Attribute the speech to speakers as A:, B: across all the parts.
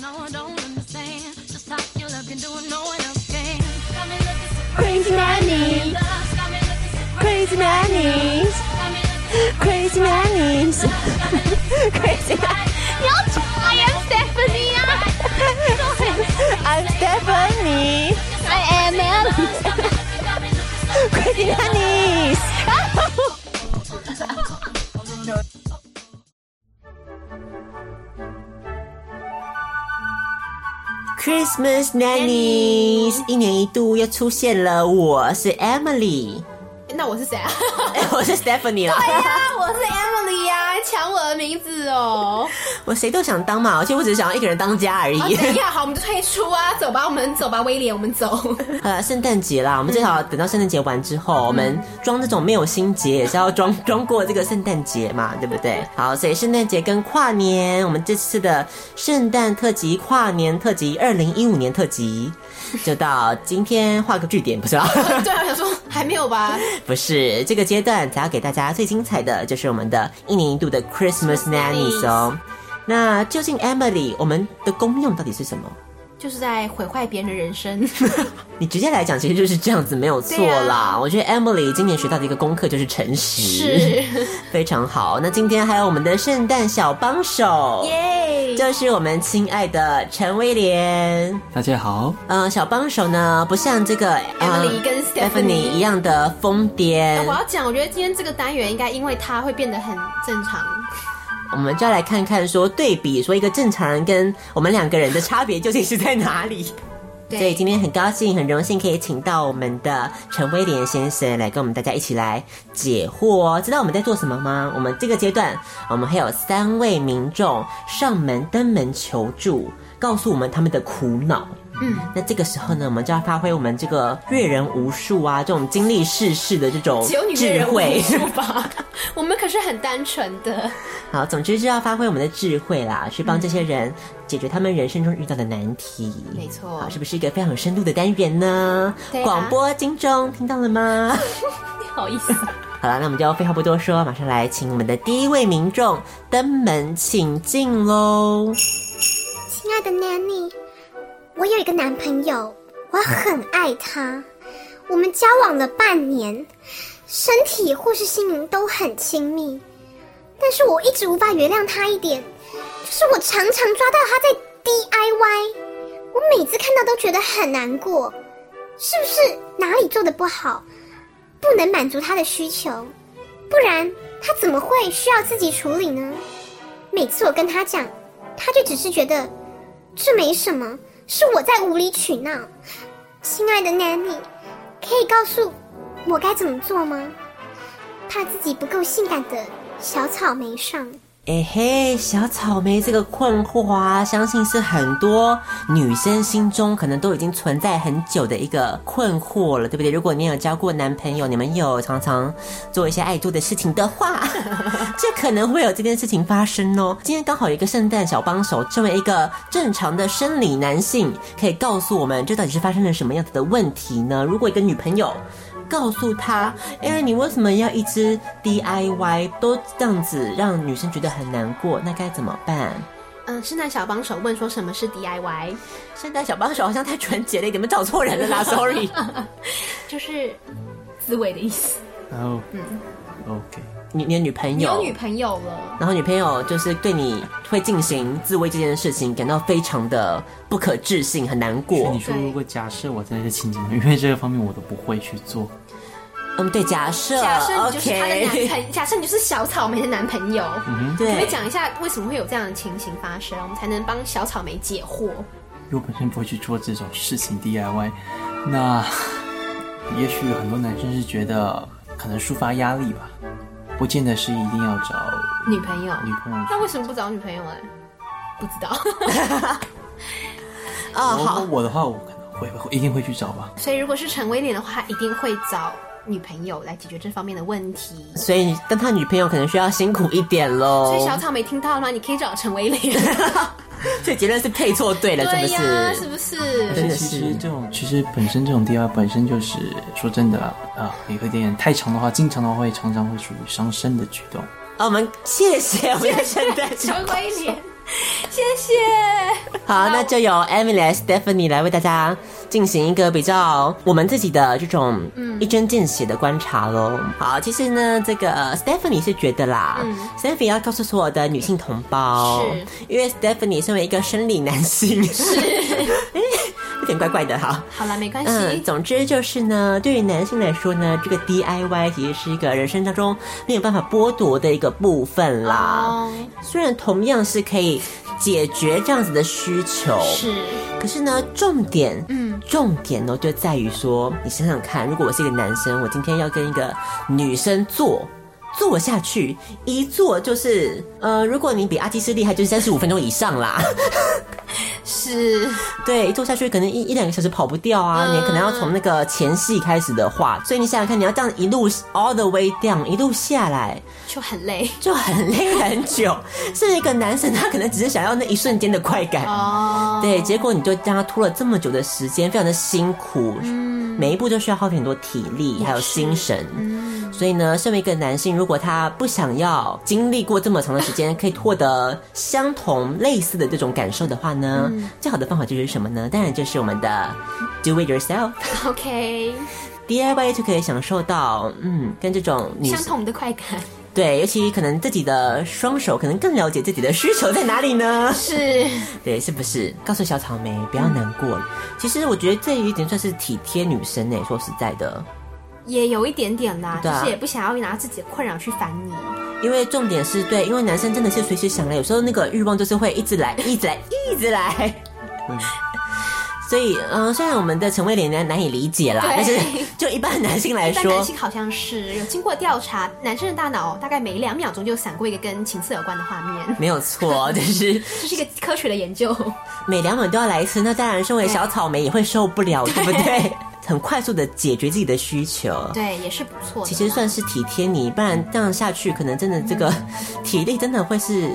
A: no, I don't understand. Just how you look and do it, no one else can. Got me looking so
B: Crazy Nanny,
A: lost, got me looking so
B: Crazy Nanny,
A: got me looking
B: Crazy Nanny, Crazy.
C: 你要唱 I am Stephanie 啊
B: I'm Stephanie,
C: ，I am Ellen。
B: Crazy Nanny。Christmas Nannies 一年一度又出现了，我是 Emily，
C: 那我是 谁啊？
B: 哎 我是 Stephanie 啦，
C: 对呀，我是 Emily 呀、抢我的名字哦！
B: 我谁都想当嘛，而且我只是想要一个人当家而
C: 啊，
B: 已。
C: 等一下，好，我们就退出啊，走吧，我们走吧，威廉，我们 走。
B: 好了，呃圣诞节啦，我们最好等到圣诞节完之后，我们装这种没有心结也是要装装过这个圣诞节 嘛，对不对？好，所以圣诞节跟跨年，我们这次的圣诞特辑、跨年特辑、二零一五年特 辑，就到今天画个句点，不是啊？
C: 对啊，我想说还没有吧？
B: 不是，这个阶段才要给大家最精彩的，就是我们的一年一度的 Christmas Nannies 哦。那究竟 Emily，我们的功用到底是什么？
C: 就是在毁坏别人的人 生。
B: 你直接来讲，其实就是这样子，没有错啦。我觉得 Emily 今年学到的一个功课就是诚实，
C: 是
B: 非常好。那今天还有我们的圣诞小帮手，
C: 耶
B: 就是我们亲爱的陈威廉。
D: 大家好，
B: 嗯、小帮手呢，不像这个
C: Emily
B: 嗯
C: 跟
B: Stephanie
C: Stephanie
B: 一样的疯癫
C: 我。要讲，我觉得今天这个单元应该因为它会变得很正常。
B: 我们就要来看看说对比，说一个正常人跟我们两个人的差别究竟是在哪里。 所以今天很高兴、很荣幸可以请到我们的陈威廉先生来跟我们大家一起来解惑哦。知道我们在做什么吗？我们这个阶段，我们还有三位民众上门登门求助，告诉我们他们的苦恼。嗯，那这个时候呢，我们就要发挥我们这个阅人无数啊，这种经历世事的这种
C: 只有你
B: 智慧。
C: 是 吧？我们可是很单纯的。
B: 好，总之就要发挥我们的智慧啦，去帮这些人解决他们人生中遇到的难题。
C: 没错
B: 好是不是一个非常有深度的单元呢？
C: 对啊
B: 广播金钟听到了吗？
C: 不好意思，
B: 好了，那我们就废话不多说，马上来请我们的第一位民众登门请进喽。
E: 亲爱的 Nanny，我有一个男朋友，我很爱他。我们交往了半年，身体或是心灵都很亲密，但是我一直无法原谅他一点，就是我常常抓到他在 DIY，我每次看到都觉得很难过，是不是哪里做的不好，不能满足他的需求，不然他怎么会需要自己处理呢？每次我跟他讲，他就只是觉得这没什么，是我在无理取闹。亲爱的 Nanny，可以告诉我该怎么做吗？怕自己不够性感的小草莓上。
B: 哎嘿，小草莓这个困惑啊，相信是很多女生心中可能都已经存在很久的一个困惑了，对不对？如果你有交过男朋友，你们有常常做一些爱做的事情的话，这可能会有这件事情发生哦。今天刚好有一个圣诞小帮手，身为一个正常的生理男性，可以告诉我们这到底是发生了什么样子的问题呢？如果一个女朋友告诉他，哎、你为什么要一直 DIY 都这样子让女生觉得很难过？那该怎么办？
C: 嗯，圣诞小帮手问说什么是 DIY，
B: 圣诞小帮手好像太纯洁了一点，你们找错人了 啦，sorry。
C: 就是自慰的意思。
D: 然后，OK，
B: 你你的女朋
C: 你有
B: 友，
C: 女朋友了，
B: 然后女朋友就是对你会进行自慰这件事情感到非常的不可置信，很难
D: 所以
B: 过
D: 你。说，如果假设我在这情景，因为这个方面我都不会去做，
B: 嗯，对，假设
C: 假设你就是他的男
B: 哦 OK，嗯
C: 朋假设你就是小草莓的男朋友，可不可以
B: 对，
C: 讲一下为什么会有这样的情形发生，我们才能帮小草莓解惑。
D: 因为我本身不会去做这种事情 DIY，那也许很多男生是觉得可能抒发压力吧，不见得是一定要找
C: 女朋
B: 嗯
C: 友，
D: 女朋友去
C: 那为什么不找女朋友呢？不知 道。
B: 哦，
D: 我
B: 好，
D: 我的话，我可能会会一定会去找吧。
C: 所以如果是陈威廉的话，他一定会找女朋友来解决这方面的问题。
B: 所以但他女朋友可能需要辛苦一点喽。
C: 所以小草莓听到了吗？你可以找陈威 廉。
B: 所以结论是配错对了，是不
C: 对呀，
B: 是？
C: 是不是？
B: 真
D: 但
B: 的
D: 是
B: 是
D: 其实这种，其实本身这种 DIY 本身就是说真的啊、有一点太长的话，经常的话会常常会属于伤身的举动。
B: 啊，我们谢谢我们的圣诞小
C: 陈威廉，谢谢。
B: 好，那就由 Emily 来 Stephanie 来为大家进行一个比较我们自己的这种
C: 嗯
B: 一针见血的观察喽。好，其实呢，这个呃 Stephanie 是觉得啦、s
C: 嗯
B: t e p h a n i e 要告诉所有的女性同胞，因为 Stephanie 身为一个生理男性， 是有点怪怪的哈。
C: 好了，没关系。
B: 嗯，总之就是呢，对于男性来说呢，这个 DIY 其实是一个人生当中没有办法剥夺的一个部分啦。
C: 哦，
B: 虽然同样是可以解决这样子的需求，
C: 是
B: 可是呢，重点，嗯，重点呢就在于说，你想想看，如果我是一个男生，我今天要跟一个女生做。做下去，一做就是，呃，如果你比阿基斯厉害，就是三十五分钟以上啦。
C: 是，
B: 对，一坐下去可能一一两个小时跑不掉啊，你可能要从那个前戏开始的话，所以你想想看，你要这样一路 all the way down 一路下来，
C: 就很累
B: 就很累很久。是一个男神，他可能只是想要那一瞬间的快感，
C: 哦。
B: 对，结果你就让他拖了这么久的时间，非常的辛苦，
C: 嗯
B: 每一步都需要耗费很多体力还有心神。
C: 嗯
B: 所以呢，身为一个男性，如果他不想要经历过这么长的时间，可以获得相同类似的这种感受的话呢，
C: 嗯
B: 最好的方法就是什么呢？当然就是我们的 do it yourself
C: OK，
B: DIY 就可以享受到，嗯，跟这种女
C: 相同的快感
B: 对，尤其可能自己的双手可能更了解自己的需求在哪里呢？
C: 是
B: 对，是不是？告诉小草莓不要难过了。其实我觉得这有一点算是体贴女生呢、说实在的，
C: 也有一点点啦，
B: 对啊
C: 就是也不想要拿自己的困扰去烦你。
B: 因为重点是对，因为男生真的是随时想来，有时候那个欲望就是会一直来，一直来，一直来。
D: 会吗？
B: 所以，嗯、虽然我们的陈威廉难难以理解啦，
C: 对
B: 但是就一般男性来
C: 但男
B: 说，
C: 性好像是有经过调查，男生的大脑大概每两秒钟就闪过一个跟情色有关的画 面，
B: 没有错，就是
C: 这是一个科学的研究。
B: 每两秒都要来一次，那当然身为小草莓也会受不了，对不对？很快速的解决自己的需求。
C: 对，也是不错的啦。
B: 其实算是体贴你，不然这样下去，可能真的这个 体力真的会是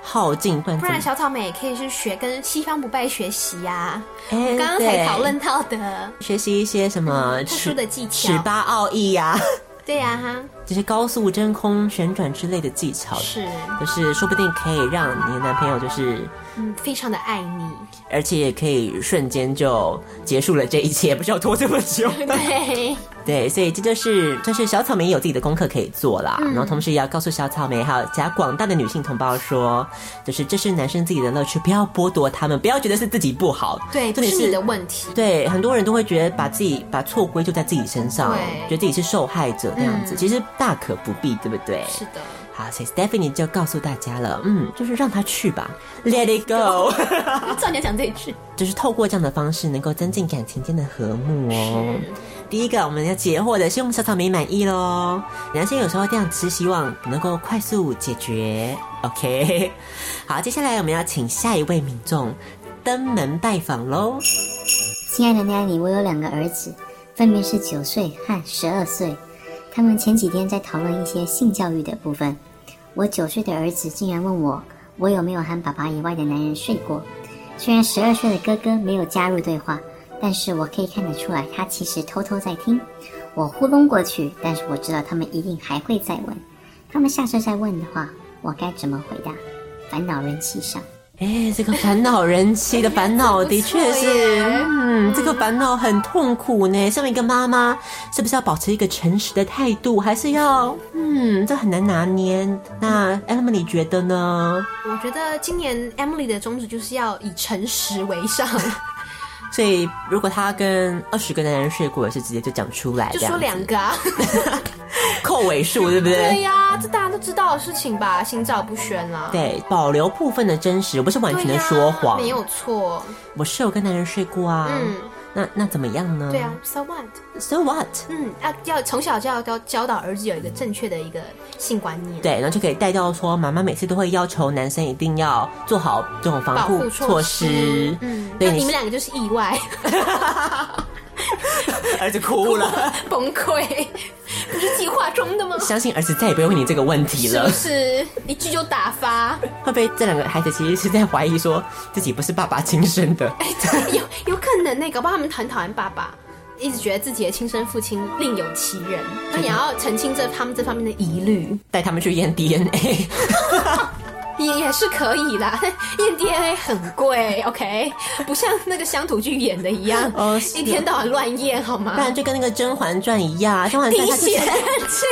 B: 耗尽。不然
C: 不
B: 怎么
C: 然小草莓也可以去学跟西方不败学习呀、
B: 哎
C: 刚刚
B: 对
C: 才讨论到的，
B: 学习一些什么
C: 特
B: 尺
C: 殊的技巧
B: 尺八奥义呀、
C: 对啊呀、哈，
B: 这些高速真空旋转之类的技巧，
C: 是，
B: 就是说不定可以让你的男朋友就是，
C: 嗯，非常的爱你，
B: 而且也可以瞬间就结束了这一切，不需要拖这么久。
C: 对，
B: 对，所以这就是算是小草莓也有自己的功课可以做啦。
C: 嗯
B: 然后同时也要告诉小草莓还有其他广大的女性同胞说，就是这是男生自己的乐趣，不要剥夺他们，不要觉得是自己不好。重
C: 对，不
B: 点
C: 是你的问题，
B: 对，很多人都会觉得把自己把错归咎在自己身上，
C: 对嗯
B: 觉得自己是受害者那样子，其实大可不必，对不对？
C: 是的，
B: 好，所以 Stephanie 就告诉大家了，嗯，就是让他去吧，Let it go，
C: 照你要讲这一句，
B: 就是透过这样的方式，能够增进感情间的和睦哦。第一个我们要解惑的是，我们小草莓满意喽。男生有时候这样只希望能够快速解决。OK，好， 接下来我们要请下一位民众登门拜访喽。
F: 亲爱的 Nanny，我有两个儿子，分别是九岁和十二岁。他们前几天在讨论一些性教育的部分。我九岁的儿子竟然问我，我有没有和爸爸以外的男人睡过？虽然十二岁的哥哥没有加入对话，但是我可以看得出来，他其实偷偷在听。我糊弄过去，但是我知道他们一定还会再问。他们下次再问的话，我该怎么回答？烦恼人气上。
B: 哎，这个烦恼人妻的烦恼的确是，嗯，这个烦恼很痛苦呢。身为一个妈妈，是不是要保持一个诚实的态度，还是要，嗯，这很难拿捏。那 Emily 你觉得呢？
C: 我觉得今年 Emily 的宗旨就是要以诚实 为上，
B: 所以如果她跟二十个男人睡过，也是直接就讲出来，
C: 就
B: 这样
C: 说两 个啊，
B: 扣尾数，对不对？
C: 对呀、这大家都知道的事情吧，心照不宣啦、啊。
B: 对保留部分的真实，不是完全的说谎。
C: 没有错。
B: 我是有跟男人睡过啊。
C: 嗯
B: 那那怎么样呢？
C: 对啊、s o what？
B: ，So what？
C: 嗯，要要从小就要要教导儿子有一个正确的一个性观念。
B: 对，然后就可以带到说，妈妈每次都会要求男生一定要做好这种防
C: 保
B: 护
C: 护
B: 措
C: 措
B: 施
C: 施。。嗯，
B: 对
C: 那
B: 你
C: 你们两个就是意外
B: 儿子哭了，
C: 崩溃， 不是计划中的吗？
B: 相信儿子再也不会问你这个问题
C: 是
B: 了
C: 不。是一句就打发？
B: 会不会这两个孩子其实是在怀疑说自己不是爸爸亲生的？
C: 哎，真的有 有可能呢、搞不好他们很讨厌爸爸，一直觉得自己的亲生父亲另有其人，那也要澄清这他们这方面的疑虑。
B: 带他们去验 DNA。
C: 也也是可以啦， 验 DNA 很贵，OK，不像那个乡土剧演的一样，
B: 哦是
C: 一天到晚乱验好吗
B: 不？然就跟那个《甄嬛传》一 样，《啊甄嬛传
C: 滴》
B: 它就是
C: 血认亲，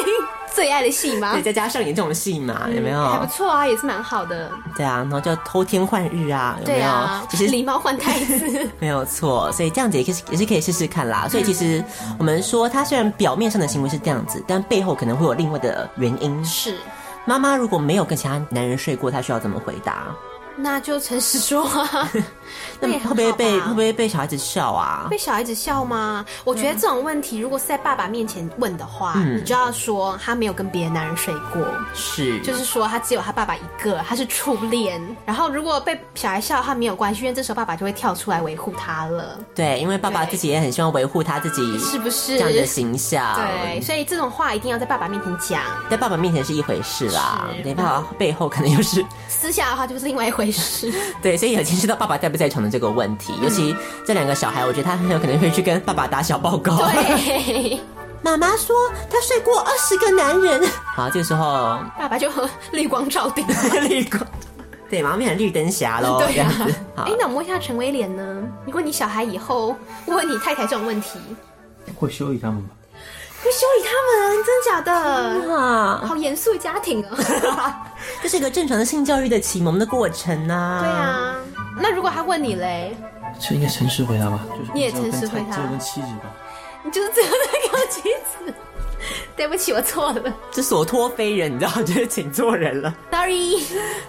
C: 最爱的戏吗
B: 对，？再哦加上你这种戏嘛，有没
C: 嗯还
B: 有
C: 不？错啊，也是蛮好的。
B: 对啊，然后就偷天换日啊，有
C: 对
B: 没有？
C: 啊，
B: 其实
C: 狸猫换太子，
B: 没有错，所以这样子也可以也是可以试试看
C: 嗯
B: 啦。所以其实我们说，他虽然表面上的行为是这样子，但背后可能会有另外的原因。
C: 是，
B: 妈妈如果没有跟其他男人睡过，她需要怎么回答？
C: 那就诚实说啊。
B: 那
C: 也
B: 会
C: 很
B: 不会
C: 好
B: 被
C: 吧
B: 会不会被小孩子笑啊
C: 被？小孩子笑吗？我觉得这种问题，如果是在爸爸面前问的话，你就要说他没有跟别的男人睡过，
B: 是，
C: 就是说他只有他爸爸一个，他是初恋。然后如果被小孩笑的话，没有关系，因为这时候爸爸就会跳出来维护他了，
B: 对，因为爸爸
C: 对
B: 自己也很希望维护他自己
C: 是不是
B: 这？样的形象。
C: 对，所以这种话一定要在爸爸面前讲，
B: 在爸爸面前是一回事啦，
C: 是
B: 对，爸爸背后可能又是
C: 私下的话就是另外一回事。
B: 对，所以有牵涉到爸爸在不在场的这个问题。
C: 嗯
B: 尤其这两个小孩，我觉得他很有可能会去跟爸爸打小报告。
C: 对，
B: 妈妈说她睡过二十个男人。 好，这个时候
C: 爸爸就绿光照顶。
B: 绿光，对，妈妈变成绿灯侠喽，
C: 对
B: 这样
C: 呀、
B: 子。好
C: 哎，，那我们问一下陈威廉呢？如果你小孩以后问你太太这种问题，
D: 会修理他们吧？
C: 会修理他们？啊真假的？
B: 哇，
C: 好严肃的家庭哦。
B: 这是一个正常的性教育的启蒙的过程啊。
C: 对，啊，那如果他问你嘞，
D: 这应该诚实回答吧？就是
C: 你也
D: 只有跟
C: 诚实回答
D: 只有跟妻子吧。
C: 你就是只有那个妻子。 对不起，我错了
B: 这所托非人，你知道， 就是请错人了。
C: ，sorry。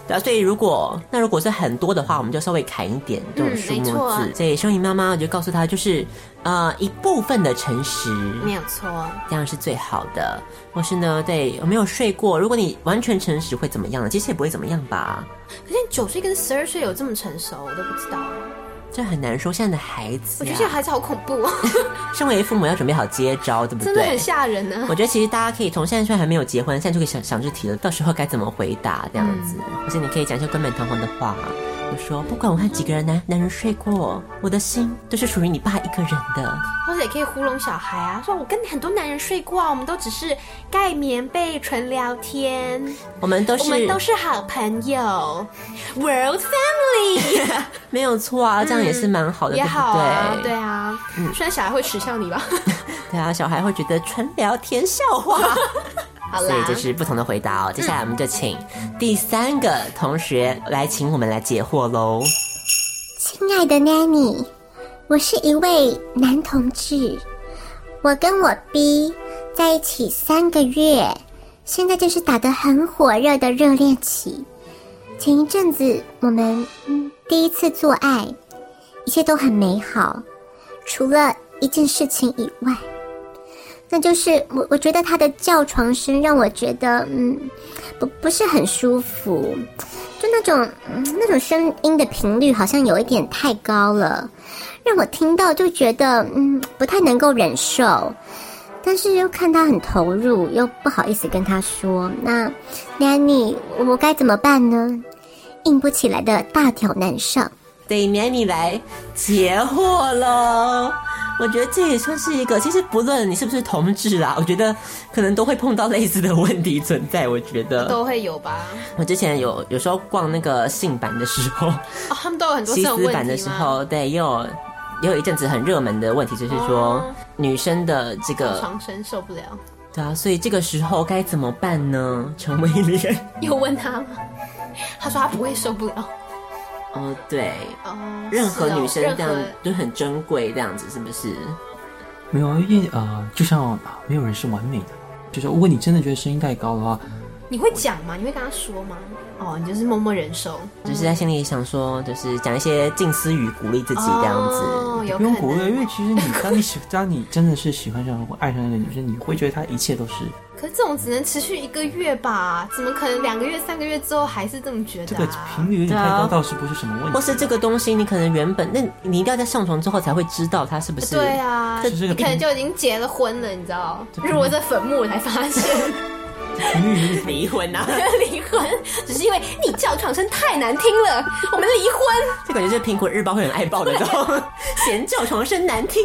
B: 对啊，所以如果那如果是很多的话，我们就稍微砍一点这种数目
C: 没
B: 字。
C: 错啊
B: 所以修仪妈妈我就告诉她，就是呃一部分的诚实，
C: 没有错，
B: 这样是最好的。或是呢，对我没有睡过，如果你完全诚实会怎么样呢？其实也不会怎么样吧。
C: 可是九岁跟十二岁有这么成熟，我都不知道。
B: 这很难说，现在的孩子、
C: 我
B: 啊，
C: 觉得这孩子好恐怖、哦，
B: 身为父母要准备好接招，对不
C: 真的很
B: 对？
C: 吓人啊呢、
B: 我觉得其实大家可以从现在虽然还没有结婚，现在就可以想想这题了，到时候该怎么回答这样子，
C: 嗯
B: 或者你可以讲一些冠冕堂皇的话，就说不管我和几个人男男人睡过，我的心都是属于你爸一个人的。
C: 或者也可以糊弄小孩啊，说我跟很多男人睡过啊，我们都只是盖棉被、纯聊天，
B: 我们都
C: 我
B: 是
C: 们都是好朋友，World Family
B: 没有错啊，这样也是蛮好的，
C: 也好
B: 对
C: 啊，
B: 不嗯
C: 对
B: 对？
C: 啊，虽然小孩会耻笑你吧，
B: 对啊，小孩会觉得纯聊天笑 话，
C: 好
B: 所以
C: 啦，
B: 这是不同的回答哦。接下来我们就请第三个同学来，请我们来解惑喽。
E: 亲爱的 Nanny，我是一位男同志，我跟我 B 在一起三个月，现在就是打得很火热的热恋期。前一阵子我们、嗯、第一次做爱，一切都很美好，除了一件事情以外，那就是我我觉得他的叫床声让我觉得嗯不不是很舒服。就那种、嗯、那种声音的频率好像有一点太高了，让我听到就觉得嗯不太能够忍受，但是又看他很投入，又不好意思跟他说。那 Nanny，我该怎么办呢？硬不起来的大挑难上。
B: 对 Nanny 来截获喽。我觉得这也算是一个，其实不论你是不是同志啦，我觉得可能都会碰到类似的问题存在。我觉得
C: 都会有吧？
B: 我之前有有时候逛那个性版的时候，
C: 哦，他们都有很多这
B: 西
C: 种
B: 斯
C: 问
B: 版
C: 题
B: 的时
C: 吗？
B: 候，对，也有也有一阵子很热门的问题，就是说
C: 哦
B: 女生的这个，
C: 床声受不了，
B: 对啊，所以这个时候该怎么办呢？ 陈威廉，
C: 有问他吗？他说他不会受不了。
B: 哦，对，
C: 哦，
B: 任何
C: 是哦
B: 女生这样
C: 任何
B: 都很珍贵，这样子是不是？
D: 没有，因为呃，就像啊没有人是完美的，就是如果你真的觉得声音太高的话，
C: 你会讲吗？你会跟他说吗？哦，你就是默默忍受，
B: 就是在心里想说，就是讲一些近思语鼓励自己这样子。
C: 哦、有
D: 不用
C: 可
D: 鼓
C: 能
D: 励，因为其实你当你喜 当你真的是喜欢上或爱上那个女生，你会觉得她一切都是
C: 可是这种只能持续一个月吧？怎么可能两个月、三个月之后还是这么觉
D: 这
C: 得、
D: 个
C: 啊？
D: 频率有点太
B: 对啊
D: 高，倒是不是什么问
B: 或
D: 题。
B: 是这个东西，你可能原本那你一定要在上床之后才会知道它是不是
C: 对啊，
B: 这
D: 是这个
C: 你可能就已经结了婚了，你知道？
D: 这
C: 入我这坟墓我才发现
D: 频率有 点
B: 离婚啊，
C: 离婚，只是因为你叫床声太难听了，我们离婚。
B: 这感觉是苹果日报会很爱报的，知道吗？嫌叫床声难听，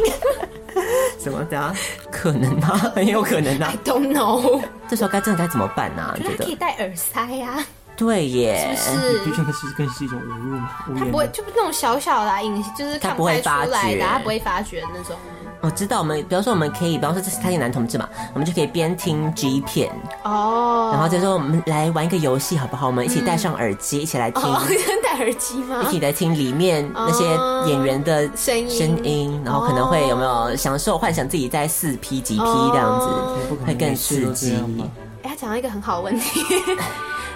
B: 什么的、啊，可能啊，很有可能啊
C: I。don't know，
B: 这时候该真的该怎么办呢、啊？
C: 我
B: 你
C: 哎觉
B: 觉
C: 得他可以
B: 得
C: 戴耳塞呀、啊，
B: 哎对
C: 是
B: 耶
C: 不，是
D: 就？真的是更是一种侮辱嘛，无
C: 他
D: 言
C: 不会，
D: 的。
C: 就是那种小小的啊隐，就是
B: 他
C: 看
B: 不
C: 不
B: 会
C: 太出来
B: 发
C: 的，啊
B: 觉
C: 他不会发觉的那种。
B: 我知道我们，比方说我们可以，比方说这是他演男同志嘛，我们就可以边听 G 片，
C: 哦，
B: 然后再说我们来玩一个游戏好不好？我们一起戴上耳机，一起来听，
C: 嗯哦，真 戴耳机
B: 一
C: 吗？
B: 起来听里面那些演员的
C: 啊声音
B: 声音，然后可能会有没有享受幻想自己在四 P 几 P 这样
C: 哦
B: 子，
D: 不可
B: 会
D: 能
B: 更
D: 每次
B: 刺
D: 都这
B: 激。
D: 样吧？
C: 哎，他讲到一个很好的问 题，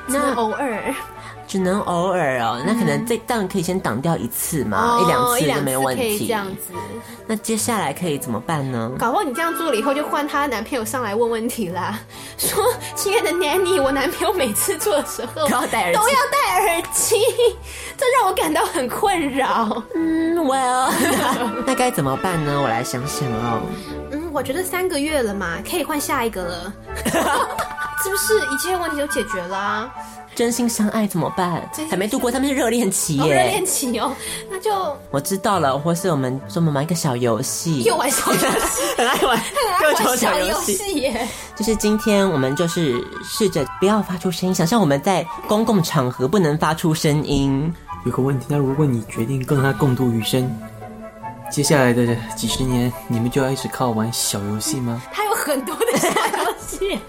C: 只能偶尔
B: 只能偶尔哦，那可能这当然可以先挡掉一次嘛，
C: 嗯哦
B: 啊一两次
C: 一
B: 就没有问
C: 可以
B: 题
C: 这。样子，
B: 那接下来可以怎么办呢？
C: 搞不好你这样做了以后，就换她男朋友上来问问题啦，说：“亲爱的 Nanny，我男朋友每次做的时候
B: 都要戴耳机
C: 都要戴耳机，这让我感到很困扰。
B: 嗯，Well，那 该怎么办呢？我来想想哦。”
C: 嗯，我觉得三个月了嘛，可以换下一个 了，是不是一切问题都解决啊啦、
B: 真心相爱怎么办
C: 真心？
B: 还没度过，他们是热恋期
C: 哦，热恋
B: 耶。
C: 期哦，那就
B: 我知道了，或是我们说我们玩一个小游戏，
C: 又玩小游戏，
B: 很爱玩各种
C: 玩
B: 小
C: 小
B: 游
C: 游
B: 戏。
C: 戏耶。
B: 就是今天我们就是试着不要发出声音，想象我们在公共场合不能发出声音。
D: 有个问题，那如果你决定跟他共度余生，接下来的几十年，你们就要一直靠玩小游戏吗？
C: 它有很多的小游戏，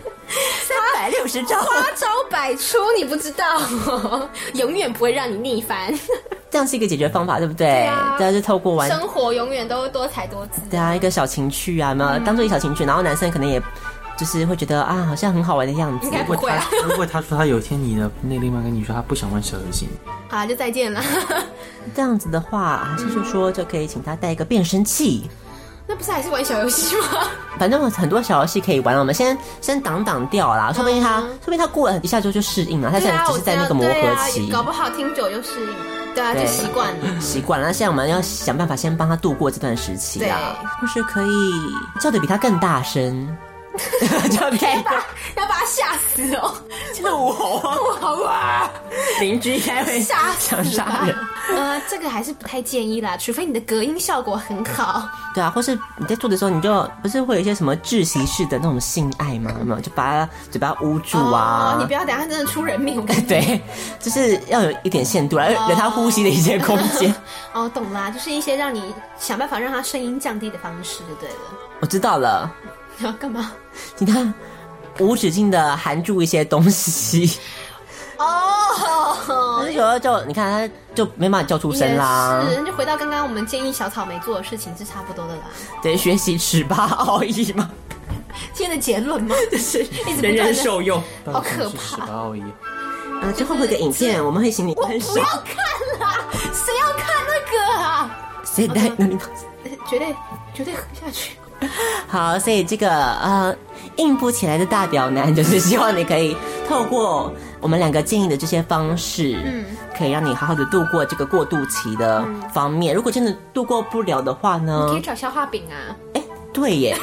C: 三百哎六
B: 十招
C: 花招百出，你不知道哦，永远不会让你逆反。
B: 这样是一个解决方法，对不对？对
C: 啊
B: 就透过玩，
C: 生活永远都多彩多姿。
B: 对啊，一个小情趣啊，有没有当做一个小情趣，然后男生可能也就是会觉得啊，好像很好玩的样子
C: 应。该不
D: 如果
C: 会啊
D: 他 如果他说他有一天你的那另外一个你说他不想玩小游戏，
C: 好啦，就再见了。
B: 这样子的话，还是就说就可以请他带一个变声器。
C: 那不是还是玩小游戏吗？
B: 反正很多小游戏可以玩，我们先先挡挡掉啦，说不定他，说不定他过了一下就就适应了，他现在只
C: 嗯我
B: 是
C: 知
B: 在那
C: 道
B: 个磨
C: 对
B: 合
C: 啊
B: 期，
C: 搞不好听久就适应了。对啊，就
B: 对
C: 习惯了。
B: 习惯了。那现在我们要想办法先帮他度过这段时期啊，或是可以叫的比他更大 声，叫比他
C: 把要把他吓死哦！
B: 怒吼，啊
C: 不好玩，
B: 邻居开会
C: 吓死
B: 想杀人。
C: 呃，这个还是不太建议啦，除非你的隔音效果很好。
B: 对啊，或是你在做的时候，你就不是会有一些什么窒息式的那种性爱吗？有没有？就把他嘴巴捂住啊。
C: 哦你不要等下真的出人命，我跟你
B: 对，就是要有一点限度啦，有有他呼吸的一些空间。
C: 哦，懂啦，就是一些让你想办法让他声音降低的方式就对了。
B: 我知道了，
C: 你要干嘛？
B: 请他无止境的含住一些东 西，
C: 哦，
B: 那有时候就你看他就没办法叫出声啦
C: 也。是，那就回到刚刚我们建议小草莓做的事情是差不多的啦。
B: 对，学习尺八奥义 嘛，
C: 今天的结论 吗？就是一直不
B: 人
C: 断
B: 人
C: 的。
B: 受用。
C: 好可怕
D: 十八奥义，
B: 啊，之后会有个影片，我们会请你
C: 我
B: 分手
C: 不要。看啦，谁要看那个啊？
B: 谁带那里？
C: 呃绝对绝对喝下去。
B: 好，所以这个呃，应付起来的大表男，就是希望你可以透过我们两个建议的这些方式，嗯，可以让你好好的度过这个过渡期的方面。如果真的度过不了的话呢，
C: 可以找消化饼啊，
B: 哎，对耶。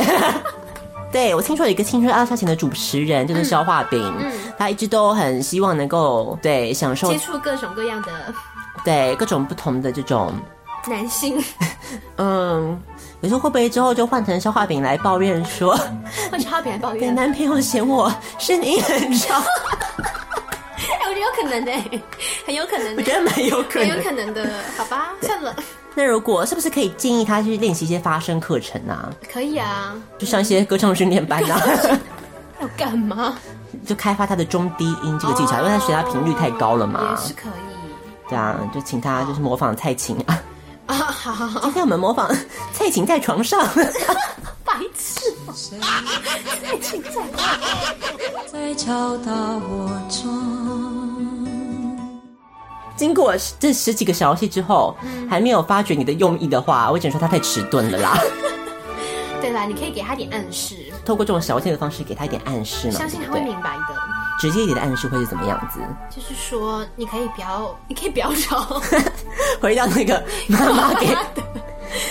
B: 对，我听说有一个《青春爱消遣》的主持人就是肖化饼，他一直都很希望能够对享受
C: 接触各种各样的
B: 对各种不同的这种，
C: 男性，
B: 嗯，有时候会不会之后就换成肖化饼来抱怨 说，
C: 或者消化饼来啊抱
B: 给
C: 怨。
B: 男朋友嫌我声音很 吵，
C: 哎、我觉得有可能哎、 很有可能、
B: 我觉得蛮有可
C: 很有
B: 能
C: 可。能的，好吧，算了，
B: 那如果是不是可以建议他去练习一些发声课程啊，
C: 可以啊。
B: 就上一些歌唱训练班 啊，
C: 要干嘛？
B: 就开发他的中低音这个技巧，因为他学他频率太高了嘛。
C: 也 是可以
B: 对啊，就请他就是模仿蔡琴 啊。
C: 啊。好好好，
B: 今天我们模仿蔡琴在床 上，
C: 白 痴哦、
A: 再敲打我窗。
B: 经过这十几个小游戏之后，
C: 嗯
B: 还没有发觉你的用意的话，我只能说他太迟钝了啦。
C: 对啦，你可以给他点暗示，
B: 透过这种小游戏的方式，给他一点暗示嘛，
C: 相信他
B: 对
C: 会
B: 不对
C: 明白的。
B: 直接一点的暗示会是怎么样子？
C: 就是说，你可以不要，你可以不要 吵。
B: 回到那个妈妈 给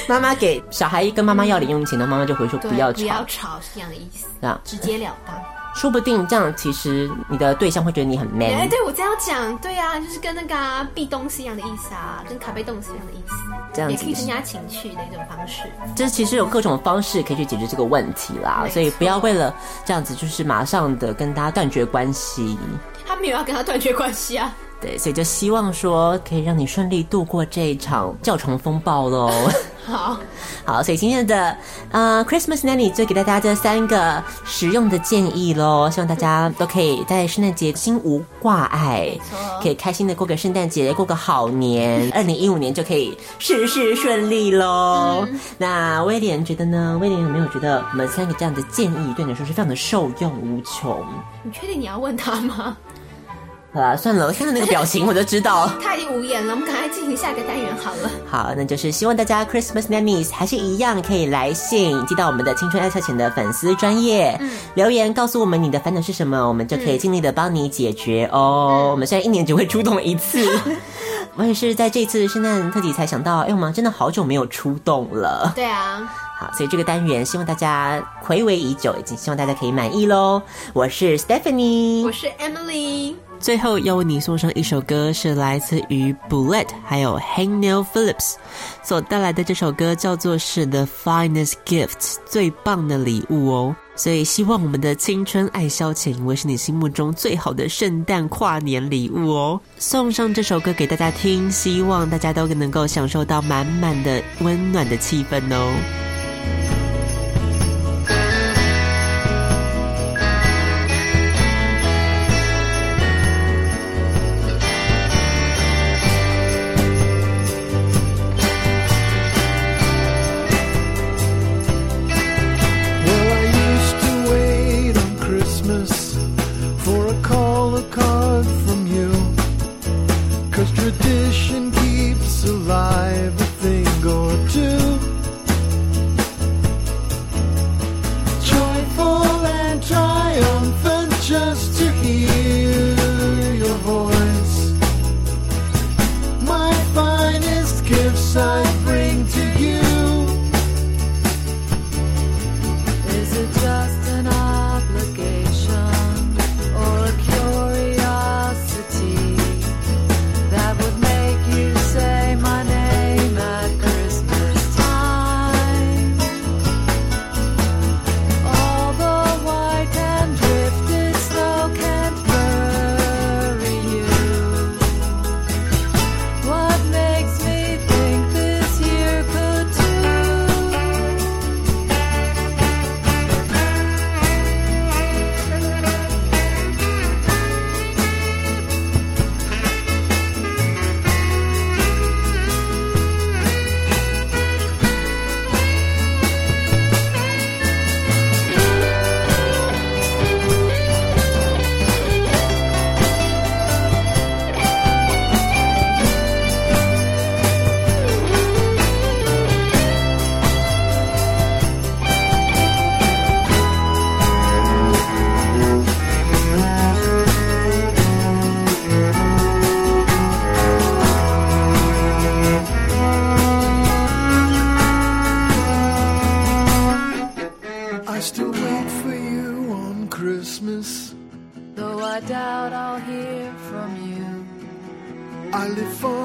B: 妈妈给小孩跟妈妈要零用钱，然后妈妈就回说
C: 对
B: 不要
C: 不要
B: 吵，
C: 吵是这样的意思，
B: 这样
C: 直截了 当。
B: 说不定这样其实你的对象会觉得你很
C: 哎、
B: man，
C: 对我这样讲，对啊，就是跟那个啊壁咚是一样的意思啊，跟卡贝咚是一样的意思，
B: 这样子
C: 也可以增加情趣的一种方式。
B: 就是其实有各种方式可以去解决这个问题啦
C: 没，错
B: 所以不要为了这样子就是马上的跟大家断绝关系。
C: 他没有要跟他断绝关系啊。
B: 对，所以就希望说可以让你顺利度过这一场教虫风暴喽。
C: 好，
B: 好，所以今天的呃 Christmas Nanny 就给大家这三个实用的建议喽，希望大家都可以在圣诞节心无挂碍
C: 错，
B: 可以开心的过个圣诞节，过个好年，二零一五年就可以事事顺利喽。那威廉觉得呢？威廉有没有觉得我们三个这样的建议对你来说是非常的受用无穷？
C: 你确定你要问他吗？
B: 好啦，算了，我看到那个表情我就知道。
C: 他已经无言了，我们赶快进行下一个单元好了。
B: 好，那就是希望大家 Christmas Nannies 还是一样可以来信寄到我们的青春爱消遣的粉丝专业、留言，告诉我们你的烦恼是什么，我们就可以尽力的帮你解决哦。我们虽然一年只会出动一次， 我也是在这次圣诞特辑才想到，哎、我们真的好久没有出动了。
C: 对啊，
B: 好，所以这个单元希望大家回味已久，已经希望大家可以满意喽。我是 Stephanie，
C: 我是 Emily，
B: 最后要为你送上一首歌，是来自于 Bullet 还有 Hangnail Phillips 所带来的这首歌，叫做是 The Finest Gift 最棒的礼物哦。所以希望我们的青春爱消遣，会是你心目中最好的圣诞跨年礼物哦。送上这首歌给大家听，希望大家都能够享受到满满的温暖的气氛哦。
G: Well, I used to wait on Christmas for a call or card from you. Cause tradition keeps alive a thing or two. Joyful and triumphant just to hear your voice. My finest gifts I bring to you.
H: Is it just an obligation or a curiosity that would make you say my name at Christmas time? All the white and drifted snow can't bury you. What makes me think this year could do?
G: I still wait for you on Christmas.
H: Though I doubt I'll hear from you.
G: I live for